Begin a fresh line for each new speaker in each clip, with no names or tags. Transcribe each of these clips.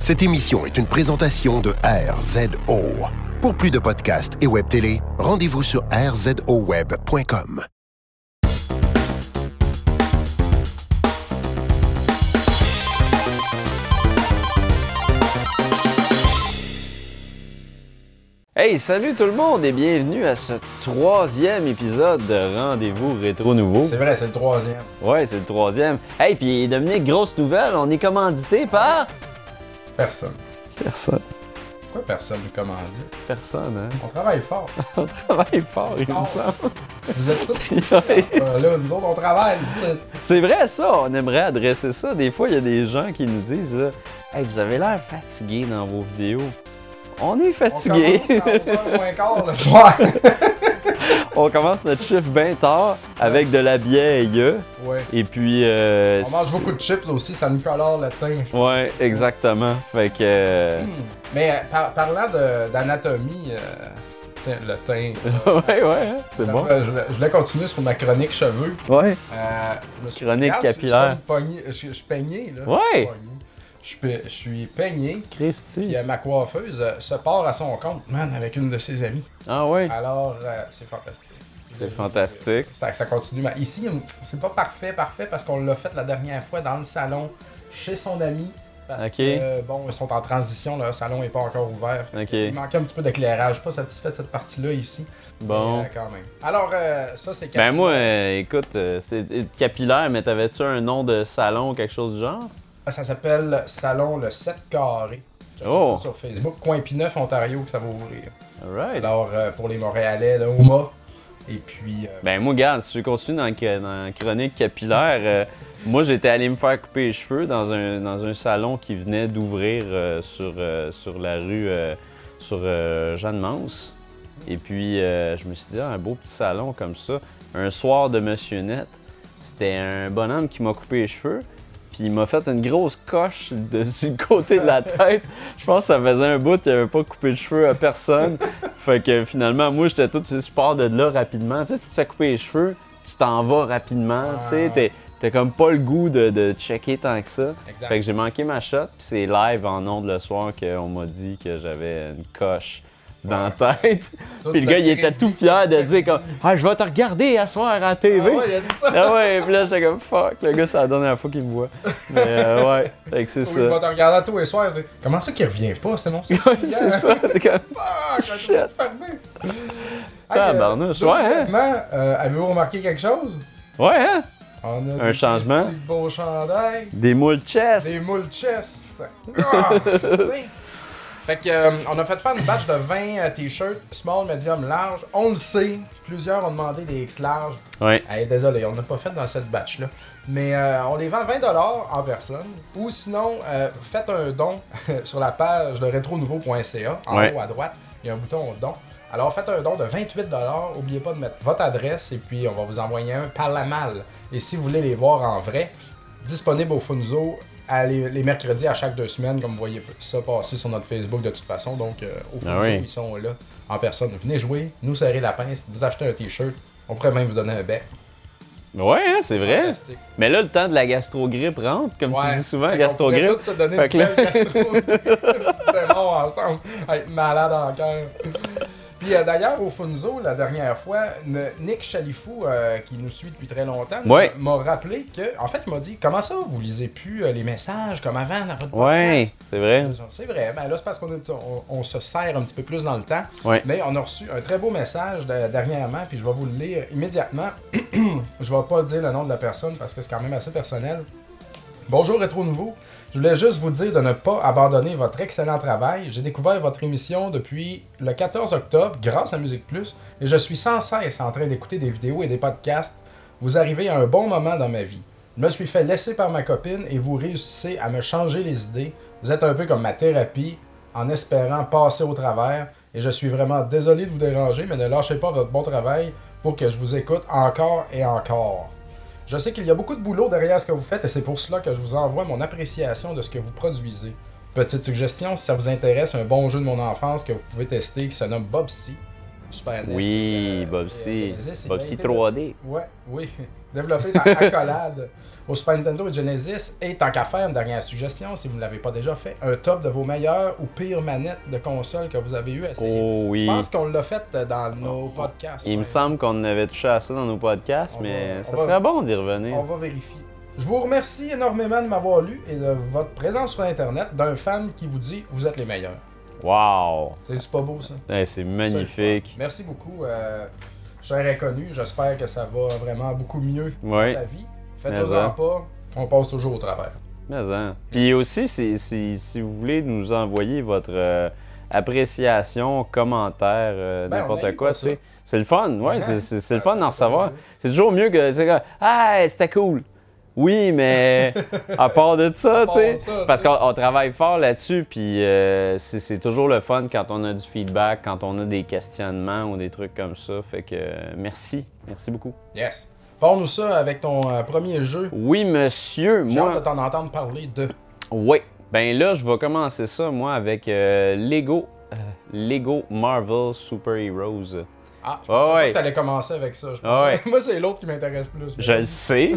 Cette émission est une présentation de RZO. Pour plus de podcasts et web télé, rendez-vous sur rzoweb.com.
Hey, salut tout le monde et bienvenue à ce troisième épisode de Rendez-vous Rétro Nouveau.
C'est vrai, c'est le troisième.
Ouais, c'est le troisième. Hey, puis Dominique, grosse nouvelle, on est commandité par...
Personne.
Personne.
Pourquoi personne ne commande?
Personne, hein?
On travaille fort.
On travaille fort, il me
Fort.
semble.
Vous êtes tous euh, là, nous autres, on travaille. ici.
C'est vrai ça, on aimerait adresser ça. Des fois, il y a des gens qui nous disent euh, Hey, vous avez l'air fatigué dans vos vidéos. On est
On
fatigué.
commence à 11h moins quart le soir.
on commence notre chiffre bien tard avec de la bière
ouais.
et puis. euh,
On mange beaucoup de chips aussi, ça nous colore le teint.
Ouais, exactement. Fait que. euh,
Mais euh, par- parlant de- d'anatomie, euh, tiens, le teint. euh,
ouais, ouais, hein, c'est bon.
euh, je, voulais- je voulais continuer sur ma chronique cheveux.
Ouais.
Euh, je me suis-
Chronique
Regarde, je- je
capillaire.
suis pogné- Je je suis peigné, là.
Ouais.
Je suis pe- Je suis peigné.
Christy.
Puis euh, ma coiffeuse euh, se part à son compte, man, avec une de ses amies.
Ah ouais.
Alors, euh, c'est fantastique.
C'est fantastique.
Ça, ça continue. mais Ici, hum, c'est pas parfait, parfait, parce qu'on l'a fait la dernière fois dans le salon, chez son ami. Parce
Ok.
que, bon, ils sont en transition, le salon n'est pas encore ouvert.
Ok.
Il manquait un petit peu d'éclairage. Pas satisfait de cette partie-là ici.
Bon.
Mais, euh, quand même. Alors, euh, ça, c'est
Ben moi, euh, écoute, euh, c'est capillaire, mais t'avais-tu un nom de salon ou quelque chose du genre?
Ça s'appelle Salon le 7 carré. Checkez
Oh.
ça sur Facebook, Coin P9 Ontario, que ça va ouvrir.
Alright.
Alors, euh, pour les Montréalais, le OMA. Et puis, euh,
Ben moi, regarde, si je continue dans, le- dans la chronique capillaire, euh, moi j'étais allé me faire couper les cheveux dans un, dans un salon qui venait d'ouvrir euh, sur, euh, sur la rue euh, sur euh, Jeanne Mance. Et puis euh, je me suis dit, ah, un beau petit salon comme ça, un soir de Monsieur Net, c'était un bonhomme qui m'a coupé les cheveux. Puis il m'a fait une grosse coche de- sur le côté de la tête. Je pense que ça faisait un bout qu'il avait pas coupé de cheveux à personne. Fait que finalement, moi, j'étais tout, tu sais, je pars de là rapidement. Tu sais, tu te fais couper les cheveux, tu t'en vas rapidement. Tu sais,
Ah.
t'es- t'as comme pas le goût de, de checker tant que ça.
exact.
Fait que j'ai manqué ma shot, puis c'est live en ondes le soir qu'on m'a dit que j'avais une coche dans la tête.
Tout
puis le gars, il était
crédit
tout fier de
qu'il
dire comme Ah, je vais te regarder à soir à la TV.
Ah ouais, il a dit ça.
Ah ouais, puis là, j'étais comme fuck, le gars, c'est la dernière fois qu'il me voit. Mais euh, ouais, fait que c'est
Oui, il va
ça.
te regarder à tous les soirs. c'est- Comment ça qu'il revient pas? C'était mon
Ouais, c'est ça, t'es comme
Ah, j'ai tout
Shit.
fermé. Hey,
Tabarnouche, ouais, hein?
deuxièmement, euh, avez-vous remarqué quelque chose?
Ouais, hein?
On a
Un
des
changement.
petits beaux chandails,
Des moules chest.
des moules chess. Ah, je sais. fait que, euh, on a fait faire une batch de 20 euh, t-shirts, small, medium, large. On le sait, plusieurs ont demandé des X larges.
Ouais.
Hey, désolé, on n'a pas fait dans cette batch-là. Mais euh, on les vend 20$ en personne. Ou sinon, euh, faites un don sur la page de retronouveau.ca. En
Ouais.
haut à droite, il y a un bouton don. Alors faites un don de 28$. N'oubliez pas de mettre votre adresse et puis on va vous envoyer un par la malle. Et si vous voulez les voir en vrai, disponible au Funzo à les, les mercredis à chaque deux semaines, comme vous voyez ça passer sur notre Facebook de toute façon. Donc euh, au Funzo,
Ah oui.
ils sont là en personne. Venez jouer, nous serrer la pince, vous achetez un t-shirt. On pourrait même vous donner un bec.
Ouais, hein, c'est vrai.
Fantastique.
Mais là, le temps de la gastro-grippe rentre, comme
Ouais.
tu dis souvent,
Fait qu'on
gastro-grippe.
pourrait tous se donner
Fait
une
que là-
belle gastro. C'était bon ensemble. Être malade en cœur. Puis euh, d'ailleurs, au Funzo, la dernière fois, ne- Nick Chalifou, euh, qui nous suit depuis très longtemps,
Ouais.
m'a rappelé que, en fait, il m'a dit Comment ça, vous lisez plus euh, les messages comme avant dans votre
Ouais,
podcast
c'est vrai.
C'est vrai, ben là, c'est parce qu'on est- on, on se serre un petit peu plus dans le temps.
Ouais.
Mais on a reçu un très beau message de- dernièrement, puis je vais vous le lire immédiatement. je vais pas dire le nom de la personne parce que c'est quand même assez personnel. Bonjour Rétro Nouveau. Je voulais juste vous dire de ne pas abandonner votre excellent travail. J'ai découvert votre émission depuis le 14 octobre grâce à Musique Plus et je suis sans cesse en train d'écouter des vidéos et des podcasts. Vous arrivez à un bon moment dans ma vie. Je me suis fait laisser par ma copine et vous réussissez à me changer les idées. Vous êtes un peu comme ma thérapie en espérant passer au travers et je suis vraiment désolé de vous déranger mais ne lâchez pas votre bon travail pour que je vous écoute encore et encore. Je sais qu'il y a beaucoup de boulot derrière ce que vous faites et c'est pour cela que je vous envoie mon appréciation de ce que vous produisez. Petite suggestion, si ça vous intéresse, un bon jeu de mon enfance que vous pouvez tester qui se nomme Bobsy. Super NES.
Oui,
euh, et, euh,
Bobsy.
Genesis, il a
Bobsy
été
3D.
Ouais, oui. Développé par Accolade au Super Nintendo et Genesis. Et tant qu'à faire, une dernière suggestion, si vous ne l'avez pas déjà fait, un top de vos meilleures ou pires manettes de console que vous avez eu à essayer.
Oh
Je
oui. Oh.
pense qu'on l'a fait euh, dans nos podcasts.
Il me
ouais.
semble qu'on en avait touché à ça dans nos podcasts,
On
mais
va-
ça
on va-
serait bon d'y
On
revenir.
va vérifier. Je vous remercie énormément de m'avoir lu et de votre présence sur Internet d'un fan qui vous dit vous êtes les meilleurs.
Wow!
C'est c'est pas beau ça.
Hey, c'est
C'est le
magnifique.
fun. Merci beaucoup, euh, cher inconnu. J'espère que ça va vraiment beaucoup mieux dans
Oui,
ta vie.
Mais ça.
Faites-en pas, on passe toujours au travers.
mais hein. Puis aussi, si, si- si vous voulez nous envoyer votre euh, appréciation, commentaire, euh,
Ben, on a
n'importe
eu
quoi,
pas ça.
c'est c'est le fun. Ouais,
Hein?
c'est- c'est c'est le
Ça,
fun
ça
d'en
fait
savoir.
plaisir.
C'est toujours mieux que c'est comme, ah, c'était cool. Oui, mais à part de ça,
À
tu
part
sais.
ça, tu sais.
Parce qu'on on travaille fort là-dessus, puis euh, c'est c'est toujours le fun quand on a du feedback, quand on a des questionnements ou des trucs comme ça. Fait que euh, merci, merci beaucoup.
Yes. Parle-nous ça avec ton euh, premier jeu.
Oui, monsieur,
J'ai hâte de
moi.
t'en entendre parler de.
Oui. Ben là, je vais commencer ça, moi, avec euh, Lego. euh, Lego Marvel Super Heroes.
Ah, je pensais
Ah
pas
ouais.
que t'allais commencer avec ça. je
Ah
pensais- Moi, c'est l'autre qui m'intéresse plus.
Je le sais.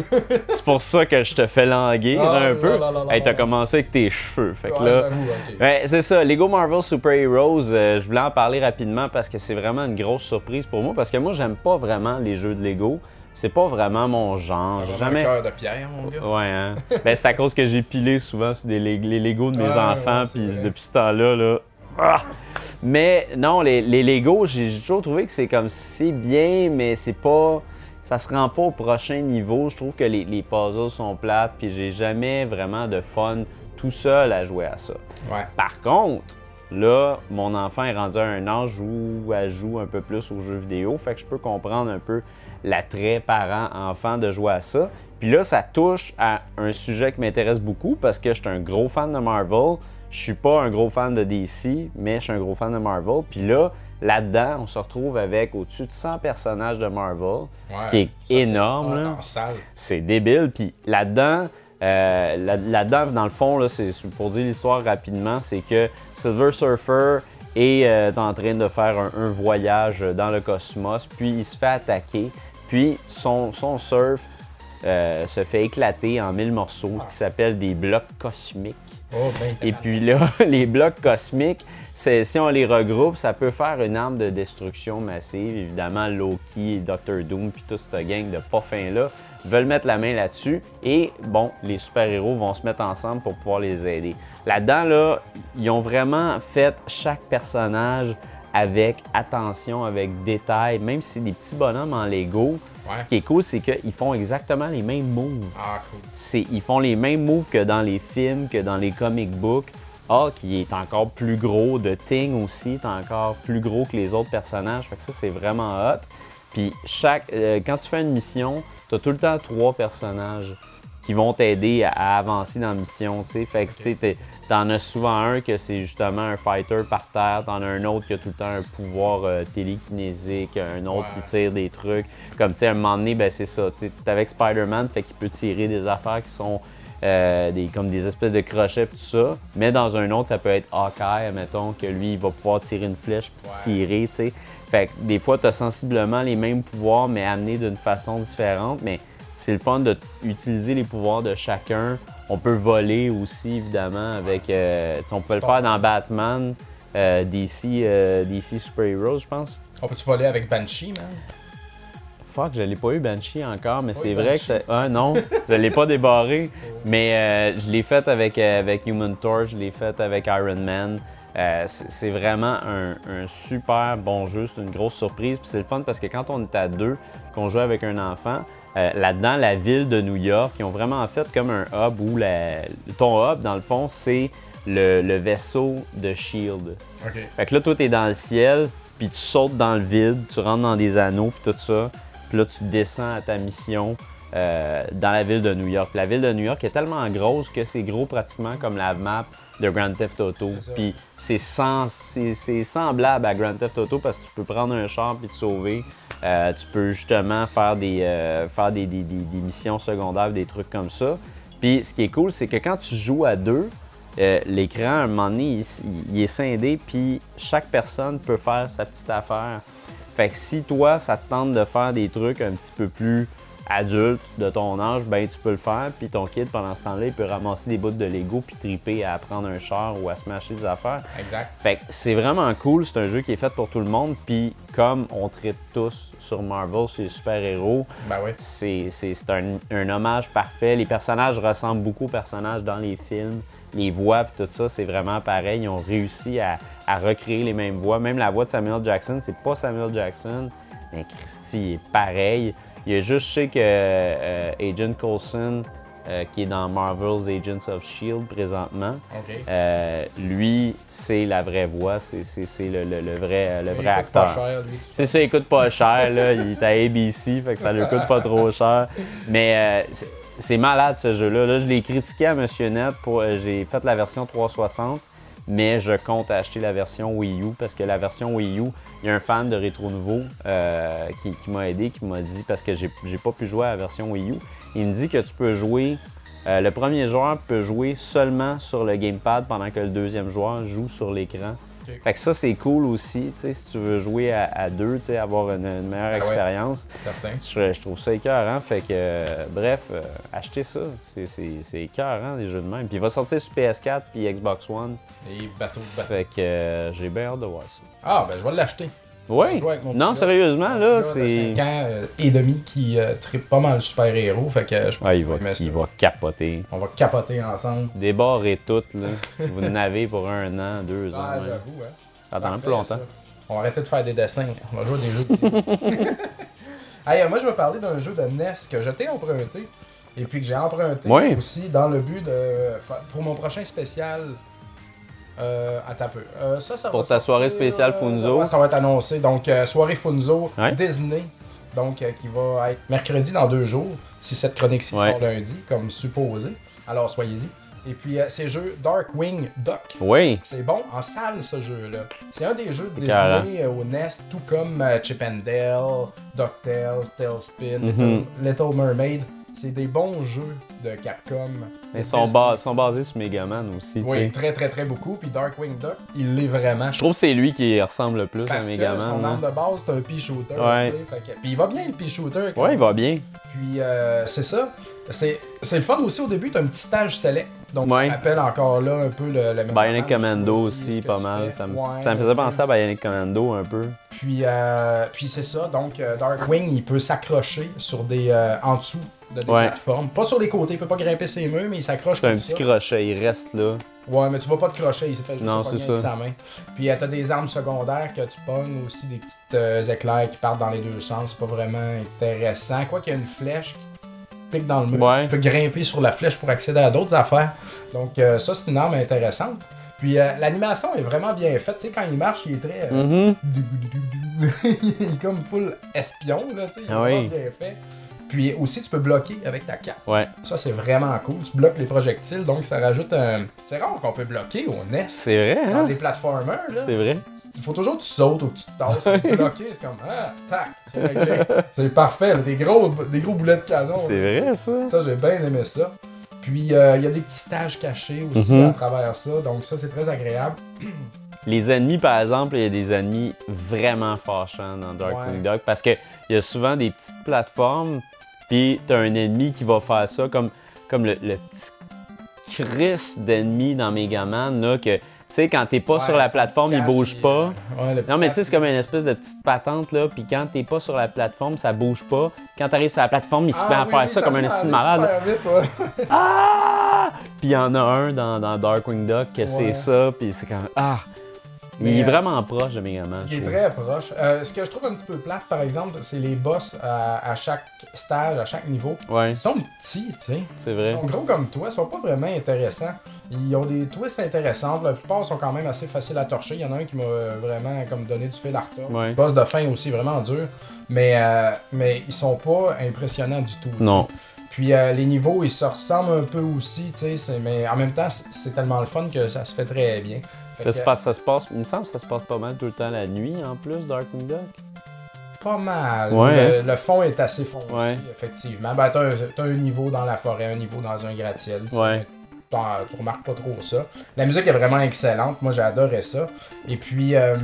C'est pour ça que je te fais languir
Ah,
un
là,
peu.
là, là, là,
Hey, t'as
là.
commencé avec tes cheveux. Fait que
Ouais,
là.
j'avoue, ok.
Ouais, c'est ça. Lego Marvel Super Heroes, euh, je voulais en parler rapidement parce que c'est vraiment une grosse surprise pour moi. Parce que moi, j'aime pas vraiment les jeux de Lego. C'est pas vraiment mon genre.
T'as
J'ai
Ah, vraiment
jamais.
un cœur de pierre, mon gars.
Ouais, hein. ben, c'est à cause que j'ai pilé souvent sur des, les, les Legos de mes
Ouais, ouais,
enfants,
c'est
puis
vrai.
depuis ce temps-là, là. ah! Mais non, les, les Legos, j'ai j'ai toujours trouvé que c'est comme c'est bien, mais c'est pas. Ça se rend pas au prochain niveau. Je trouve que les, les puzzles sont plates, puis j'ai jamais vraiment de fun tout seul à jouer à ça.
Ouais.
Par contre, là, mon enfant est rendu à un âge où elle joue un peu plus aux jeux vidéo, fait que je peux comprendre un peu l'attrait parent-enfant de jouer à ça. Puis là, ça touche à un sujet qui m'intéresse beaucoup parce que je suis un gros fan de Marvel. Je suis pas un gros fan de DC, mais je suis un gros fan de Marvel. Puis là, là-dedans, on se retrouve avec au-dessus de 100 personnages de Marvel, ce
Ouais.
qui est
Ça, c'est-
énorme.
Ah,
là.
dans salle.
C'est débile. Puis là-dedans, euh, là- là-dedans, dans le fond, là, c'est c'est pour dire l'histoire rapidement, c'est que Silver Surfer est euh, en train de faire un, un voyage dans le cosmos, puis il se fait attaquer, puis son, son surf euh, se fait éclater en mille morceaux qui s'appellent des blocs cosmiques.
Oh, ben,
Et puis là, les blocs cosmiques, c'est- si on les regroupe, ça peut faire une arme de destruction massive. Évidemment, Loki, Doctor Doom, puis toute cette gang de pas fins là veulent mettre la main là-dessus. Et bon, les super-héros vont se mettre ensemble pour pouvoir les aider. Là-dedans, là, ils ont vraiment fait chaque personnage avec attention, avec détail, même si c'est des petits bonhommes en Lego.
Ouais.
Ce qui est cool, c'est qu'ils font exactement les mêmes moves
Ah, cool.
c'est ils font les mêmes moves que dans les films, que dans les comic books. Hulk, il est encore plus gros. The Thing aussi est encore plus gros que les autres personnages. Fait que ça, c'est vraiment hot. Puis chaque, euh, quand tu fais une mission, tu as tout le temps trois personnages qui vont t'aider à, à avancer dans la mission. tu sais. Fait que tu sais, t'es- t'en as souvent un que c'est justement un fighter par terre. T'en as un autre qui a tout le temps un pouvoir euh, télékinésique. Un autre
Ouais.
qui tire des trucs. Comme tu sais, à un moment donné, ben, c'est ça. Tu es avec Spider-Man, fait qu'il peut tirer des affaires qui sont euh, des, comme des espèces de crochets pis tout ça. Mais dans un autre, ça peut être Hawkeye, mettons, que lui, il va pouvoir tirer une flèche puis tirer, tu sais. Fait que des fois, tu as sensiblement les mêmes pouvoirs, mais amenés d'une façon différente. Mais c'est le fun d'utiliser les pouvoirs de chacun. On peut voler aussi, évidemment, avec. euh, tu sais, on peut le faire dans Batman, euh, DC, euh, DC Super Heroes, je pense.
On peut-tu voler avec Banshee, man?
Fuck, je l'ai pas eu Banshee encore, mais
Pas
c'est
eu
vrai que
Banshee.
c'est. Ah non, je l'ai pas débarré. mais euh, je l'ai fait avec, euh, avec Human Torch, je l'ai fait avec Iron Man. Euh, c'est c'est vraiment un, un super bon jeu, c'est une grosse surprise. Puis c'est le fun parce que quand on est à deux, qu'on joue avec un enfant, euh, là-dedans, la ville de New York, ils ont vraiment fait comme un hub où la- ton hub, dans le fond, c'est le, le vaisseau de Shield.
Ok.
Fait que là, toi, t'es dans le ciel, puis tu sautes dans le vide, tu rentres dans des anneaux, puis tout ça. Puis là, tu descends à ta mission euh, dans la ville de New York. La ville de New York est tellement grosse que c'est gros pratiquement comme la map de Grand Theft Auto.
ça.
Puis c'est sans- c'est- c'est semblable à Grand Theft Auto parce que tu peux prendre un char puis te sauver. Euh, tu peux justement faire, des, euh, faire des, des- des- des missions secondaires, des trucs comme ça. Puis ce qui est cool, c'est que quand tu joues à deux, euh, l'écran, à un moment donné, il, s- il est scindé, puis chaque personne peut faire sa petite affaire. Fait que si toi, ça te tente de faire des trucs un petit peu plus adultes de ton âge, ben tu peux le faire. Puis ton kid, pendant ce temps-là, il peut ramasser des bouts de Lego puis triper à prendre un char ou à se mâcher des affaires.
Exact.
Fait que c'est vraiment cool, c'est un jeu qui est fait pour tout le monde. Puis comme on traite tous sur Marvel, c'est les super-héros,
Ben oui.
c'est c'est- c'est un, un hommage parfait. Les personnages ressemblent beaucoup aux personnages dans les films. Les voix puis tout ça, c'est vraiment pareil. Ils ont réussi à, à recréer les mêmes voix. Même la voix de Samuel Jackson, c'est pas Samuel Jackson, mais Christy il est pareil. Il y a juste, je sais que euh, Agent Coulson, euh, qui est dans Marvel's Agents of S.H.I.E.L.D. E présentement,
OK.
euh, lui, c'est la vraie voix, c'est c'est- c'est le, le- le vrai, le
Il
vrai
coûte pas
acteur.
cher, lui.
C'est ça, il coûte pas cher, là. Il est à ABC, fait que ça lui coûte pas trop cher. Mais euh, c'est- c'est malade ce jeu-là. Là, je l'ai critiqué à Monsieur Net pour. euh, J'ai fait la version 360, mais je compte acheter la version Wii U parce que la version Wii U, il y a un fan de Rétro Nouveau euh, qui, qui m'a aidé, qui m'a dit parce que j'ai j'ai pas pu jouer à la version Wii U. Il me dit que tu peux jouer. euh, le premier joueur peut jouer seulement sur le gamepad pendant que le deuxième joueur joue sur l'écran.
Ok.
Fait que ça, c'est cool aussi, tu sais, si tu veux jouer à, à deux, tu sais, avoir une, une meilleure
Ah ouais.
expérience.
Certain.
Je, je trouve ça écœurant, fait que, euh, bref, euh, achetez ça. C'est- C'est c'est écœurant, des jeux de même. Puis il va sortir sur PS4 puis Xbox One,
Et bateau, bateau.
fait que euh, j'ai bien hâte de voir ça.
Ah, ben je vais l'acheter.
Oui!
Jouer avec mon petit
Non,
gars.
sérieusement, Ah, là, c'est...
5 ans euh, et demi qui euh, trippe pas mal super-héros, fait que euh, je pense
Ah, il
qu'il
va,
aimer ça.
il va capoter.
On va capoter ensemble.
Débarrez tout, là. Vous n'avez pour un an, deux ans,
Ah,
même.
j'avoue, hein.
Attendez plus
Parfait,
longtemps.
ça. On va arrêter de faire des dessins. On va jouer à des jeux. vidéo. hey, euh, moi, je vais parler d'un jeu de NES que je t'ai emprunté et puis que j'ai emprunté
Ouais.
aussi dans le but de. Pour mon prochain spécial. Euh, attends un peu. Euh, ça, ça
Pour
va
ta soirée
sortir,
spéciale
euh,
Funzo.
ouais, ça va être annoncé. Donc, euh, soirée Funzo
Ouais.
Disney. Donc, euh, qui va être mercredi dans deux jours. Si cette chronique-ci
Ouais.
sort lundi, comme supposé. Alors, soyez-y. Et puis, euh, c'est jeu Darkwing Duck.
Oui!
C'est bon en salle ce jeu-là. C'est un des jeux de
Écœurant.
Disney euh, au NES, tout comme euh, Chip and Dale, DuckTales, Tailspin,
Mhm.
Little, Little Mermaid. C'est des bons jeux de Capcom.
Ils sont, bas- sont basés sur Megaman aussi, tu sais.
Oui, très très très beaucoup. Puis Darkwing Duck, il l'est vraiment.
Je trouve que c'est lui qui ressemble le plus
Parce
à
que
Megaman.
son
là.
arme de base, c'est un pea shooter.
hein. Ouais.
tu sais, fait que- Puis il va bien le pea shooter.
Ouais, il va bien.
Puis euh, c'est ça. C'est c'est le fun aussi au début, t'as un petit stage select. Donc
Ouais.
ça rappelle encore là un peu le, le
Bionic
tu
Commando
choisis
aussi,
ce que
pas
tu
mal.
fais.
Ça me,
Ouais,
ça me faisait
un peu.
penser à Bionic Commando un peu.
Puis, euh, puis c'est ça, donc euh, Darkwing, il peut s'accrocher sur des euh, en dessous de des
Ouais.
plateformes. Pas sur les côtés, il peut pas grimper ses murs, mais il s'accroche
C'est un
comme
petit
ça.
crochet, il reste là.
Ouais, mais tu vas pas te crocher, il s'est fait juste
Non,
pogner
c'est
avec
ça.
sa main. Puis euh, t'as des armes secondaires que tu pognes aussi, des petites euh, éclairs qui partent dans les deux sens, c'est pas vraiment intéressant. Quoi qu'il y a une flèche qui pique dans le mur,
Ouais.
tu peux grimper sur la flèche pour accéder à d'autres affaires. Donc euh, ça, c'est une arme intéressante. Puis euh, l'animation est vraiment bien faite, tu sais, quand il marche, il est très... euh, il est comme full espion, là, tu sais. il est
Ah oui.
vraiment bien fait. Puis aussi, tu peux bloquer avec ta carte.
Ouais,
Ça, c'est vraiment cool. Tu bloques les projectiles, donc ça rajoute un. C'est rare qu'on peut bloquer au NES.
c'est vrai,
Dans
hein?
des platformers, là.
C'est vrai.
Il faut toujours que tu sautes ou que tu te tasses. bloquer, c'est comme. Ah, tac, c'est réglé. c'est parfait, là, Des gros, des gros boulets de canon. là.
C'est vrai, ça.
Ça, j'ai bien aimé ça. Puis, euh, il y a des petits stages cachés aussi
Mhm.
à travers ça. Donc, ça, c'est très agréable.
Les ennemis, par exemple, il y a des ennemis vraiment fâchants dans Darkwing Duck parce que il y a souvent des petites plateformes, puis t'as un ennemi qui va faire ça, comme, comme le, le petit Chris d'ennemi dans Megaman, là, que, tu sais, quand t'es pas
Ouais,
sur la
c'est
plateforme, il
efficace,
bouge
puis,
pas.
euh, ouais, le petit
Non, mais tu
casque,
sais, c'est comme une espèce de petite patente, là. Puis quand t'es pas sur la plateforme, ça bouge pas. Quand t'arrives sur la plateforme, il se met à
Ah oui,
Ben, faire
oui,
ça comme
se
un
met à
esti de
aller
malade. là.
super vite, ouais.
Ah! Puis il y en a un dans, dans Darkwing Duck que c'est
Ouais.
ça. Puis c'est comme. Ah! il
Mais,
est
euh,
vraiment proche de Megaman.
Il
je
est
trouve.
très proche. Euh, ce que je trouve un petit peu plate, par exemple, c'est les boss euh, à, à chaque stage, à chaque niveau.
Ouais,
Ils sont petits, tu sais.
c'est
Ils
vrai.
sont gros comme toi, ils sont pas vraiment intéressants. Ils ont des twists intéressants. La plupart sont quand même assez faciles à torcher. Il y en a un qui m'a euh, vraiment comme donné du fil à retordre.
Ouais.
Le boss de fin aussi, vraiment dur. Mais, euh, mais ils sont pas impressionnants du tout. tu sais.
Non.
Puis euh, les niveaux, ils se ressemblent un peu aussi, tu sais. c'est- Mais en même temps, c'est- c'est tellement le fun que ça se fait très bien. Fait
Ça
que,
se passe, ça se passe. Il me semble que ça se passe pas mal tout le temps la nuit en plus, Darkwing Duck.
pas mal.
Ouais,
Le, le fond est assez foncé,
Ouais.
effectivement. Ben, t'as, un- t'as un niveau dans la forêt, un niveau dans un gratte-ciel.
Ouais.
T'en- Tu remarques pas trop ça. La musique est vraiment excellente. Moi, j'ai adoré ça. Et puis, euh,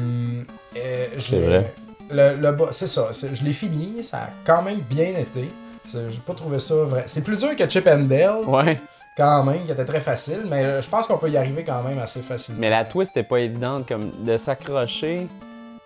euh, je-
C'est vrai.
le, le bas, c'est ça. c'est- je l'ai fini, ça a quand même bien été. C'est- J'ai pas trouvé ça vrai. C'est plus dur que Chip and Dale,
Ouais.
quand même, qui était très facile, mais euh, je pense qu'on peut y arriver quand même assez facilement.
Mais la twist était pas évidente, comme de s'accrocher.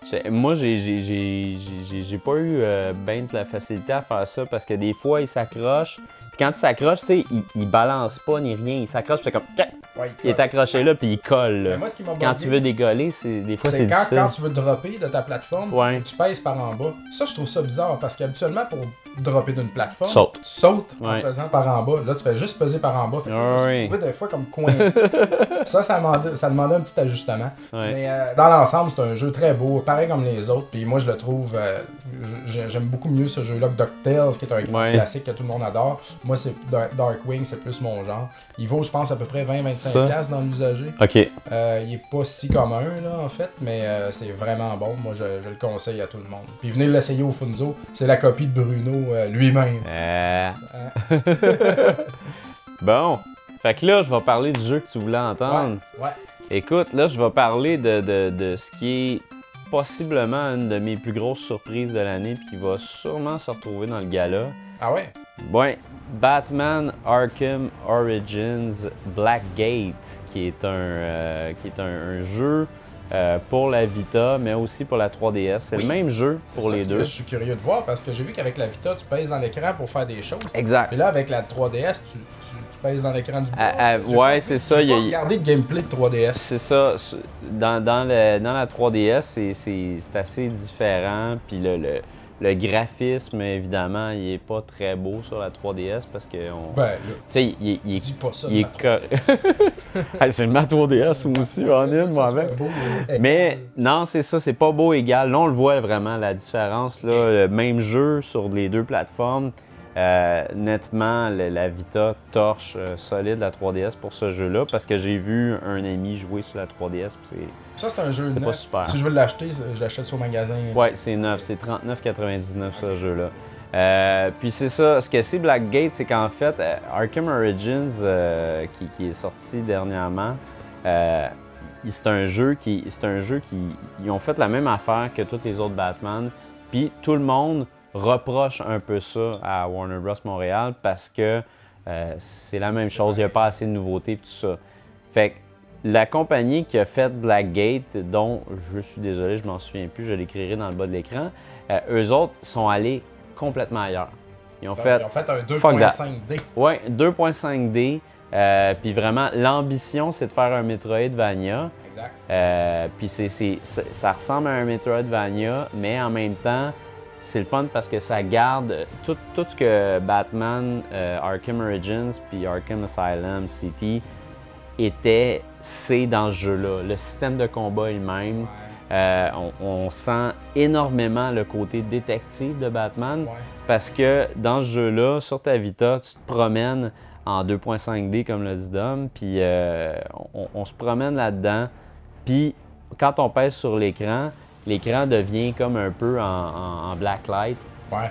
j'ai- Moi, j'ai- j'ai- j'ai j'ai- j'ai pas eu euh, ben de la facilité à faire ça parce que des fois, il s'accroche. Puis quand il s'accroche, tu sais, il, il balance pas ni rien. Il s'accroche, puis c'est comme. tac,
Ouais,
Il est accroché là, puis il colle. là.
Mais moi, ce qui m'a
Quand
bugué,
tu veux décoller, c'est des fois, c'est
c'est quand,
difficile.
quand tu veux dropper de ta plateforme,
Ouais.
tu pèses par en bas. Ça, je trouve ça bizarre parce qu'habituellement, pour dropper d'une plateforme,
Saute.
tu sautes en
Ouais.
pesant par en bas. Là, tu fais juste peser par en bas. Fait que
Ah
je me
oui.
suis trouvé des fois comme coincé. ça, ça demandait, ça demandait un petit ajustement.
Ouais.
Mais euh, dans l'ensemble, c'est un jeu très beau, pareil comme les autres. Puis moi, je le trouve. euh, j'ai- J'aime beaucoup mieux ce jeu-là que DuckTales, qui est un
Ouais.
classique que tout le monde adore. Moi, c'est Dark- Darkwing, c'est plus mon genre. Il vaut, je pense, à peu près 20-25$
Ça.
piastres dans l'usager.
Ok.
Euh, il est pas si commun, là, en fait, mais euh, c'est vraiment bon. Moi, je, je le conseille à tout le monde. Puis venez l'essayer au Funzo. C'est la copie de Bruno euh, lui-même.
Euh. bon. Fait que là, je vais parler du jeu que tu voulais entendre.
Ouais, ouais.
Écoute, là, je vais parler de, de- de ce qui est possiblement une de mes plus grosses surprises de l'année, puis qui va sûrement se retrouver dans le gala.
Ah ouais?
Ouais, Batman Arkham Origins Blackgate, qui est un, euh, qui est un, un jeu euh, pour la Vita, mais aussi pour la 3DS. C'est
Oui.
le même jeu
C'est
pour
ça
les
que
deux.
Je suis curieux de voir parce que j'ai vu qu'avec la Vita, tu pèses dans l'écran pour faire des choses.
Exact.
Puis là, avec la 3DS, tu, tu, tu pèses dans l'écran du bord.
Ah, ah,
J'ai
ouais,
pas-
c'est ça,
j'ai
il y a-
pas regardé le gameplay de 3DS.
C'est ça. ce- Dans, dans le- dans la 3DS, c'est- c'est c'est assez différent. Puis le, le- le graphisme, évidemment, il est pas très beau sur la 3DS parce que. on- tu
Ben, là,
sais, il, il- il est.
dis pas ça.
il est
Matt.
cor- Hey, c'est ma 3DS, moi aussi, en
Ça,
une,
c'est
moi-même.
beau, euh,
Mais non, c'est ça, c'est pas beau égal. Là, on le voit vraiment, la différence. Là, le même jeu sur les deux plateformes. Euh, nettement, le- la Vita torche euh, solide la 3DS pour ce jeu-là parce que j'ai vu un ami jouer sur la 3DS. puis c'est-
Ça, c'est un jeu
c'est
neuf.
pas super.
Si je veux l'acheter, je l'achète sur le magasin.
Ouais, c'est neuf, c'est 39,99 ce jeu-là. Euh, puis c'est ça, ce que c'est Blackgate, c'est qu'en fait, euh, Arkham Origins, euh, qui, qui est sorti dernièrement, euh, il- c'est un jeu qui, c'est un jeu qui, ils ont fait la même affaire que tous les autres Batman. Puis tout le monde reproche un peu ça à Warner Bros. Montréal parce que euh, c'est la même chose, il n'y a pas assez de nouveautés et tout ça. Fait que la compagnie qui a fait Blackgate, dont je suis désolé, je m'en souviens plus, je l'écrirai dans le bas de l'écran, euh, eux autres sont allés complètement ailleurs. Ils ont
Ils
fait
ont fait un
fuck that.
2.5D.
Ouais, 2.5D. euh, puis vraiment, l'ambition, c'est de faire un Metroidvania.
Exact.
Euh, puis c'est, c'est- c'est- ça ressemble à un Metroidvania, mais en même temps, c'est le fun parce que ça garde tout, tout ce que Batman, euh, Arkham Origins, puis Arkham Asylum City était, c'est dans ce jeu-là. Le système de combat est le même. Euh, on, on sent énormément le côté détective de Batman.
Ouais.
Parce que dans ce jeu-là, sur ta Vita, tu te promènes en 2.5D, comme l'a dit Dom, puis euh, on, on se promène là-dedans. Puis quand on pèse sur l'écran, l'écran devient comme un peu en, en- en blacklight.
Ouais.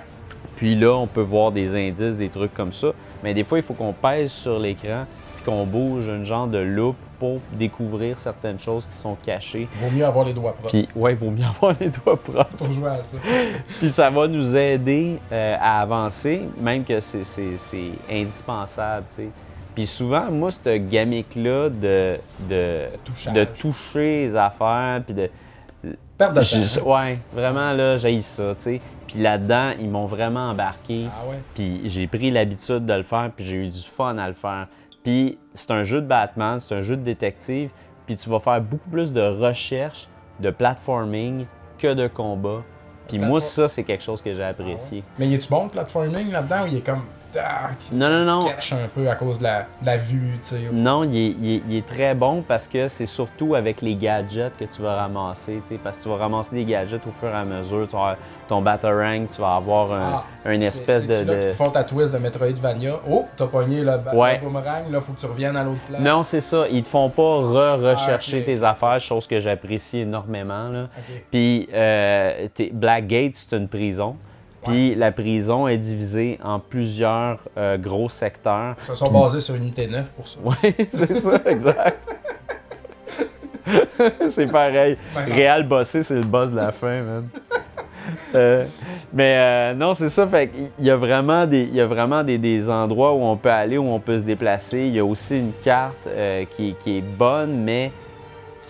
Puis là, on peut voir des indices, des trucs comme ça. Mais des fois, il faut qu'on pèse sur l'écran, puis qu'on bouge une genre de loupe pour découvrir certaines choses qui sont cachées.
Vaut mieux avoir les doigts propres
Puis ouais, il vaut mieux avoir les doigts propres.
pour jouer à ça.
Puis ça va nous aider euh, à avancer, même que c'est- c'est c'est indispensable, tu sais. Puis souvent, moi, cette gimmick-là de, de,
touchage.
de toucher les affaires, puis de...
Perte de
J'ai-
temps.
ouais, vraiment, là, j'ai ça, tu sais. Puis là-dedans, ils m'ont vraiment embarqué.
Ah ouais.
Puis j'ai pris l'habitude de le faire, puis j'ai eu du fun à le faire. Puis c'est un jeu de Batman, c'est un jeu de détective, puis tu vas faire beaucoup plus de recherche, de platforming que de combat. Puis moi,
Platform-
ça,
Ah
c'est quelque chose que j'ai apprécié.
Mais est tu bon le platforming là-dedans ou il est comme. Ah, qui
Non, non, non.
se cache un peu à cause de la, de la vue, tu sais.
Non, il est, il est- il est très bon parce que c'est surtout avec les gadgets que tu vas ramasser. tu sais, Parce que tu vas ramasser des gadgets au fur et à mesure. Tu vas avoir ton Batarang, tu vas avoir un,
Ah,
une
C'est-
espèce de.
c'est-tu là
de-
qu'ils te font ta twist de Metroidvania. Oh, t'as pogné le, ba-
Ouais.
le boomerang, là, faut que tu reviennes à l'autre place.
Non, c'est ça. Ils te font pas re-rechercher
Euh, Ah, ok.
tes affaires, chose que j'apprécie énormément. Là.
Ok.
Puis euh, t'es- Blackgate, c'est une prison. Puis la prison est divisée en plusieurs euh, gros secteurs.
Ils se sont basés sur une unité 9 pour ça.
Oui, c'est ça, exact. c'est pareil.
Ouais.
Réal bossé, c'est le boss de la fin, man. Euh, mais euh, non, c'est ça. Fait qu'il y a vraiment, des, il y a vraiment des, des endroits où on peut aller, où on peut se déplacer. Il y a aussi une carte euh, qui, qui est bonne, mais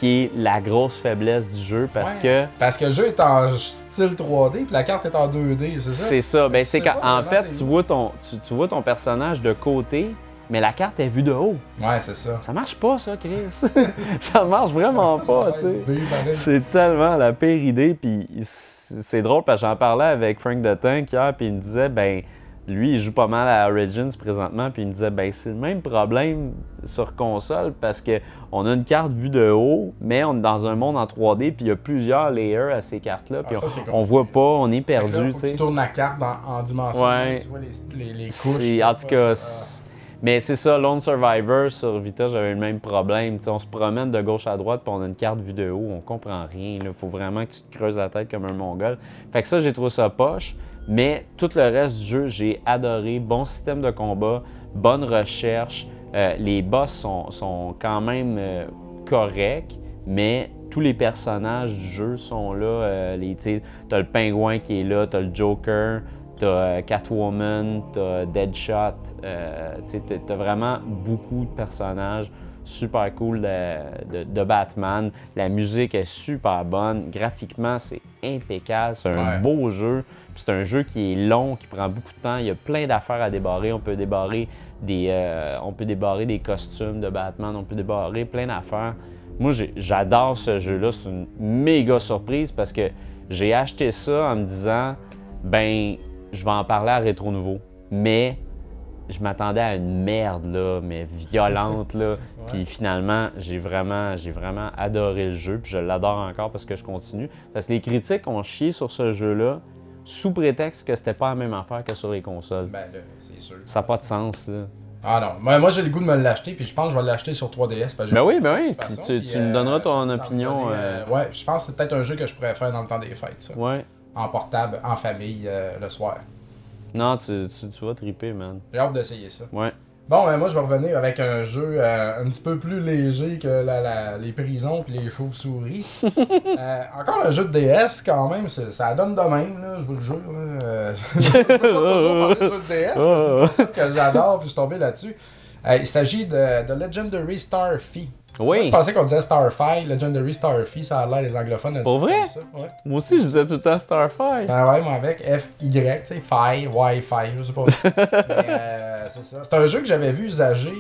qui est la grosse faiblesse du jeu parce
Ouais.
que
Parce que le jeu est en style 3D, puis la carte est en 2D, c'est ça?
c'est ça. Ben,
tu
c'est
sais
qu'en
pas
en
vraiment
fait,
t'es
tu
où.
vois, ton, tu, tu vois ton personnage de côté, mais la carte est vue de haut.
Ouais, c'est ça.
Ça marche pas, ça, Chris. ça marche vraiment pas, tu sais.
Ouais, ben, idée, pareil.
C'est tellement la pire idée. Puis c'est c'est drôle parce que j'en parlais avec Frank Dutton hier, puis il me disait, ben, lui, il joue pas mal à Origins présentement, puis il me disait, ben, c'est le même problème sur console parce que on a une carte vue de haut, mais on est dans un monde en 3D, puis il y a plusieurs layers à ces cartes-là, puis
Ah, ça, c'est
on, on
compliqué.
voit pas, on est
Fait que là,
perdu,
faut
tu
que
sais.
tu tournes la carte dans- en dimension,
Ouais.
tu vois les, les, les couches.
C'est-
là,
En tout cas,
ouais,
c'est-
c'est-
mais c'est ça, Lone Survivor sur Vita, j'avais le même problème. Tu sais, on se promène de gauche à droite, puis on a une carte vue de haut, on comprend rien. Il faut vraiment que tu te creuses la tête comme un mongol. Fait que ça, j'ai trouvé ça poche, mais tout le reste du jeu, j'ai adoré. Bon système de combat, bonne recherche. Euh, les boss sont, sont quand même euh, corrects, mais tous les personnages du jeu sont là. Euh, les- tu sais, t'as le pingouin qui est là, t'as le Joker, t'as euh, Catwoman, t'as Deadshot. Euh, tu sais, t'as- t'as vraiment beaucoup de personnages super cool de, de- de Batman. La musique est super bonne. Graphiquement, c'est impeccable. C'est un
Ouais.
beau jeu. Puis C'est un jeu qui est long, qui prend beaucoup de temps. Il y a plein d'affaires à débarrer. On peut débarrer des, euh, on peut débarrer des costumes de Batman. On peut débarrer plein d'affaires. Moi, j'ai- j'adore ce jeu-là. C'est une méga surprise parce que j'ai acheté ça en me disant, ben, je vais en parler à Rétro Nouveau. Mais je m'attendais à une merde là, mais violente là. Puis finalement, j'ai vraiment, j'ai vraiment adoré le jeu, puis je l'adore encore parce que je continue. Parce que les critiques ont chié sur ce jeu-là sous prétexte que c'était pas la même affaire que sur les consoles.
Ben là, c'est sûr.
Ça n'a pas de sens là.
Ah non, moi, moi, j'ai le goût de me l'acheter, puis je pense que je vais l'acheter sur 3DS. parce que j'ai
Ben
pas
oui,
de
ben
toute
oui, puis
façon,
tu-
puis,
tu me
euh,
donneras ton
ça me semble
opinion,
donner,
euh,
Ouais, je pense que c'est peut-être un jeu que je pourrais faire dans le temps des fêtes, ça.
Ouais.
En portable, en famille, euh, le soir.
Non, tu, tu, tu vas triper, man.
J'ai hâte d'essayer ça.
Ouais.
Bon, ben moi, je vais revenir avec un jeu euh, un petit peu plus léger que la- la- les prisons puis les chauves-souris. Euh, encore un jeu de DS, quand même. c'est- Ça donne de même, là, je vous le jure. là. Euh, je peux pas toujours parler de jeu de DS, mais c'est pour ça que j'adore puis je suis tombé là-dessus. Euh, il s'agit de, de Legendary Starfy. Moi,
Oui.
je pensais qu'on disait Starfy, Legendary Starfy, ça a l'air les anglophones.
Pour vrai?
Ça. Ouais.
Moi aussi, je disais tout le temps Starfire.
Ben ouais, moi avec FY, tu sais, Fi, Wi-Fi, je sais pas. Mais, euh, c'est ça. C'est un jeu que j'avais vu usagé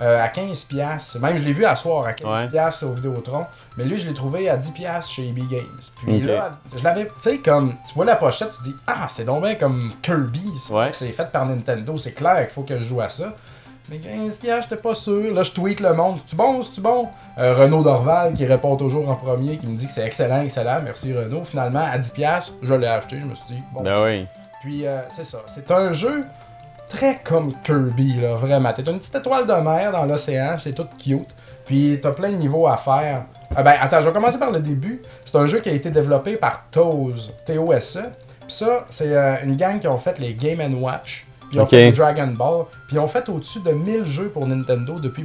euh, à 15$. Même je l'ai vu à soir à 15$ au Vidéotron. Mais lui, je l'ai trouvé à 10$ chez EB Games. Puis
Ok.
là, je l'avais, tu sais, comme, tu vois la pochette, tu dis, ah, c'est donc bien comme Kirby. C'est-
Ouais.
C'est fait par Nintendo, c'est clair qu'il faut que je joue à ça. Mais 15$, j'étais pas sûr. Là, je tweet le monde. C'est-tu bon? C'est-tu bon? Euh, Renaud Dorval qui répond toujours en premier, qui me dit que c'est excellent, excellent. Merci Renaud. Finalement, à 10$, je l'ai acheté. Je me suis dit, bon.
Ben oui.
Puis euh, c'est ça. C'est un jeu très comme Kirby, là, vraiment. T'es une petite étoile de mer dans l'océan, c'est tout cute. Puis t'as plein de niveaux à faire. Ah ben attends, je vais commencer par le début. C'est un jeu qui a été développé par Toes, T-O-S-E. E. Puis ça, c'est euh, une gang qui ont fait les Game Watch. Puis ils ont
Ok.
fait les Dragon Ball. Puis ils ont fait au-dessus de 1000 jeux pour Nintendo depuis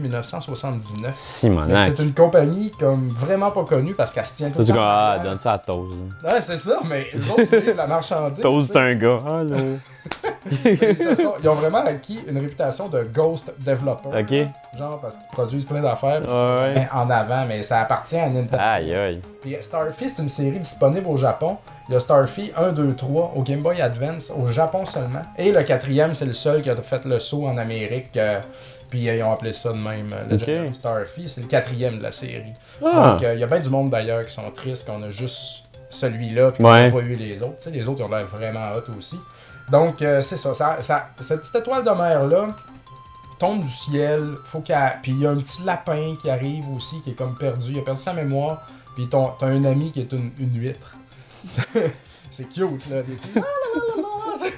1979. Mais
Simonac.
C'est une compagnie comme vraiment pas connue parce qu'elle se tient tout
Tu
le
dis,
temps.
ah, donne ça à Toast.
Ouais, c'est ça, mais les autres, ils livrent la marchandise.
Toast,
tu sais.
c'est un gars. Allô.
Ils se sont- ils ont vraiment acquis une réputation de ghost developer.
Ok.
Genre parce qu'ils produisent plein d'affaires puis ils sont
Ouais. Ah.
bien en avant, mais ça appartient à Nintendo.
Aïe, aïe.
Puis Starfy, c'est une série disponible au Japon. Il y a Starfy 1, 2, 3 au Game Boy Advance, au Japon seulement. Et le quatrième, c'est le seul qui a fait le saut en Amérique. euh, puis euh, ils ont appelé ça de même euh, Legendary
Ok.
Starfy. C'est le quatrième de la série.
Ah.
Donc, euh, il y a bien du monde d'ailleurs qui sont tristes qu'on a juste celui-là, puis
Ouais.
qu'on n'a pas eu les autres. Tu sais, les autres, ils ont l'air vraiment hot aussi. Donc, euh, c'est ça, ça, ça- Cette petite étoile de mer-là tombe du ciel. Faut qu'elle... Puis il y a un petit lapin qui arrive aussi, qui est comme perdu. Il a perdu sa mémoire. Puis ton- t'as un ami qui est une, une huître. c'est cute, là. Des petits- ah,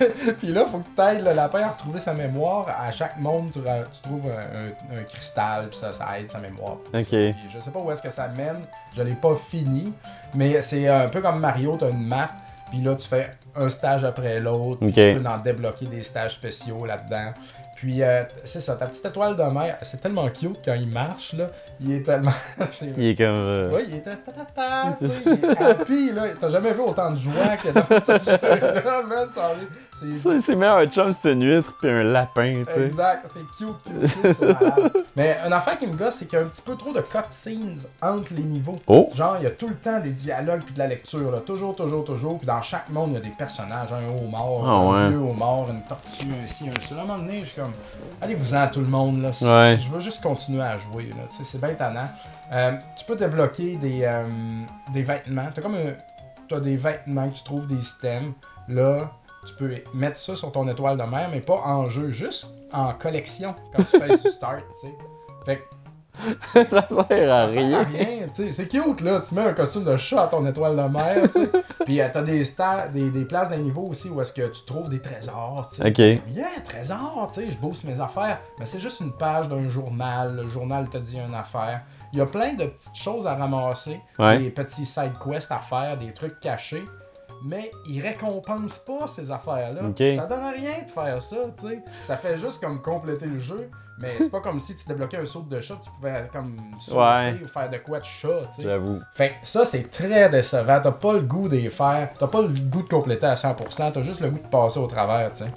Puis là, faut que tu aides le lapin à retrouver sa mémoire. À chaque monde, tu, ra- tu trouves un, un- un cristal, puis ça, ça aide sa mémoire.
Ok.
Puis Je sais pas où est-ce que ça mène, je l'ai pas fini, mais c'est un peu comme Mario, t'as une map, puis là tu fais un stage après l'autre, puis
Ok.
tu peux en débloquer des stages spéciaux là-dedans. Puis, euh, c'est ça, ta petite étoile de mer, c'est tellement cute quand il marche, là. Il est tellement. c'est-
Il est comme. euh,
Ouais, il était ta-ta-ta, tu sais, il est happy, là. T'as jamais vu autant de joie que dans ce jeu-là, man. ça en est- c'est-
Ça, c'est meilleur un chum, c'est une huître puis un lapin, tu sais.
Exact, c'est cute, cute, cute, c'est malade. Mais une affaire qui me gosse, c'est qu'il y a un petit peu trop de cutscenes entre les niveaux.
Oh!
Genre, il y a tout le temps des dialogues puis de la lecture, là. Toujours, toujours, toujours. Puis dans chaque monde, il y a des personnages. Un homard,
Ah
un
ouais.
vieux homard, une tortue, un ci, un ça. À un moment donné, je suis comme, allez-vous-en tout le monde, là. Si-
Ouais.
Je veux juste continuer à jouer, là. Tu sais, c'est bien tannant. Euh, tu peux débloquer des, euh, des vêtements. T'as comme un- T'as des vêtements que tu trouves, des items. Là, tu peux mettre ça sur ton étoile de mer, mais pas en jeu, juste en collection. Quand tu fais sur Start, tu sais. Fait que
ça sert à
ça sert
rien.
à rien, tu sais. C'est cute, là. Tu mets un costume de chat à ton étoile de mer, tu sais. Puis euh, t'as des, sta- des, des places d'un niveau aussi où est-ce que tu trouves des trésors, tu sais.
Ok.
C'est bien, trésor, tu sais. Je bosse mes affaires. Mais c'est juste une page d'un journal. Le journal te dit une affaire. Il y a plein de petites choses à ramasser,
Ouais.
des petits side quests à faire, des trucs cachés. Mais ils récompensent pas ces affaires-là.
Ok.
Ça donne à rien de faire ça, tu sais. Ça fait juste comme compléter le jeu, mais c'est pas comme si tu débloquais un saut de chat, tu pouvais comme sauter
Ouais.
ou faire de quoi de chat, tu sais.
J'avoue.
Fait que ça, c'est très décevant. T'as pas le goût d'y faire. T'as pas le goût de compléter à 100%. T'as juste le goût de passer au travers, tu sais.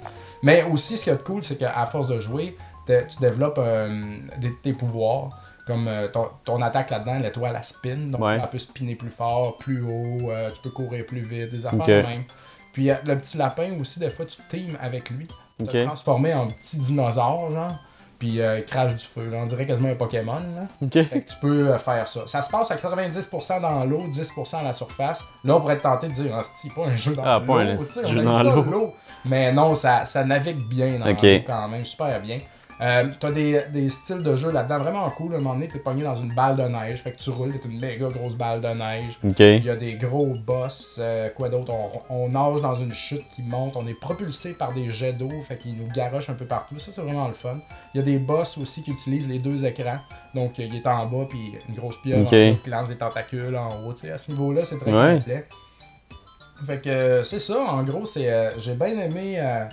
Mais aussi, ce qui est cool, c'est qu'à force de jouer, t'es- tu développes euh, des- tes pouvoirs. Comme euh, ton, ton attaque là-dedans, l'étoile, à spin. Donc,
Ouais.
elle peut spinner plus fort, plus haut. euh, tu peux courir plus vite, des affaires
Ok.
de même. Puis euh, le petit lapin aussi, des fois, tu team avec lui. Tu
Ok.
te transformer en petit dinosaure, genre. Puis euh, il crache du feu. là. On dirait quasiment un Pokémon, là.
Ok.
Fait que tu peux euh, faire ça. Ça se passe à 90% dans l'eau, 10% à la surface. Là, on pourrait être tenté de dire, ah, c'est pas un jeu dans
Ah, pas un
l'eau.
esti
tu sais, on
jeu
aime
dans
ça,
l'eau.
Mais non, ça, ça navigue bien dans
Ok.
l'eau quand même, super bien. Euh, t'as des, des styles de jeu là-dedans vraiment cool. À un moment donné, t'es pogné dans une balle de neige. Fait que tu roules, t'es une méga grosse balle de neige.
Ok.
Il y a des gros boss, euh, quoi d'autre, on, on nage dans une chute qui monte, on est propulsé par des jets d'eau, fait qu'ils nous garochent un peu partout, ça c'est vraiment le fun. Il y a des boss aussi qui utilisent les deux écrans, donc euh, il est en bas, puis une grosse pierre
Ok.
en haut, qui lance des tentacules en haut, tu sais, à ce niveau-là c'est très
Ouais.
complet. Fait que euh, c'est ça, en gros, c'est euh, j'ai bien aimé... euh,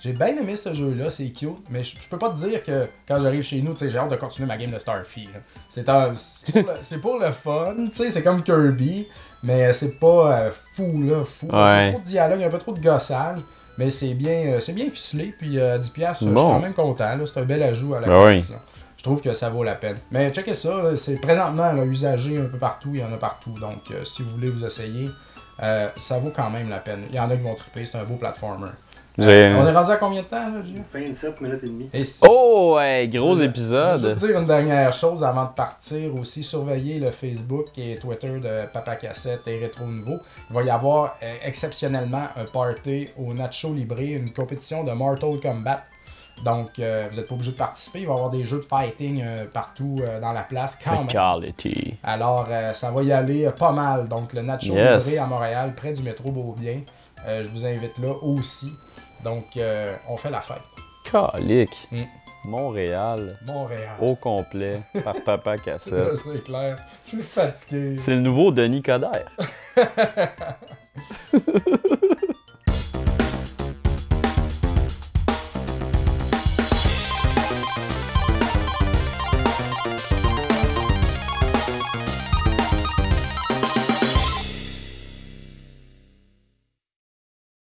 j'ai bien aimé ce jeu-là, c'est cute, mais je, je peux pas te dire que quand j'arrive chez nous, tu sais, j'ai hâte de continuer ma game de Starfield. là. C'est un- c'est pour, le- c'est pour le fun, tu sais, c'est comme Kirby, mais c'est pas euh, fou, là, fou. Il y a
Ouais.
pas trop de dialogue, il y a pas trop de gossage, mais c'est bien, euh, c'est bien ficelé, puis euh, 10$, piastres, je suis
Bon.
quand même content, là, c'est un bel ajout à la
Ben
collection. Je trouve que ça vaut la peine. Mais checkez ça, là, c'est présentement là, usagé un peu partout, il y en a partout, donc euh, si vous voulez vous essayer, euh, ça vaut quand même la peine. Il y en a qui vont triper, c'est un beau platformer. Euh,
J'ai-
On est rendu à combien de temps, là, Gilles?
27 minutes et demie.
Et
Oh, ouais, gros
Je- Je veux
épisode.
juste dire une dernière chose avant de partir aussi. Surveillez le Facebook et Twitter de Papa Cassette et Rétro Nouveau. Il va y avoir euh, exceptionnellement un party au Nacho Libre, une compétition de Mortal Kombat. Donc, euh, vous n'êtes pas obligé de participer. Il va y avoir des jeux de fighting euh, partout euh, dans la place quand même.
Quality.
Alors, euh, ça va y aller euh, pas mal. Donc, le Nacho
Yes.
Libre à Montréal, près du métro Beaubien. Euh, je vous invite là aussi. Donc, euh, on fait la fête.
Calique.
Mm.
Montréal,
Montréal.
au complet, par Papa
Là,
Cassette.
c'est clair. Je suis fatigué.
C'est le nouveau Denis Coderre.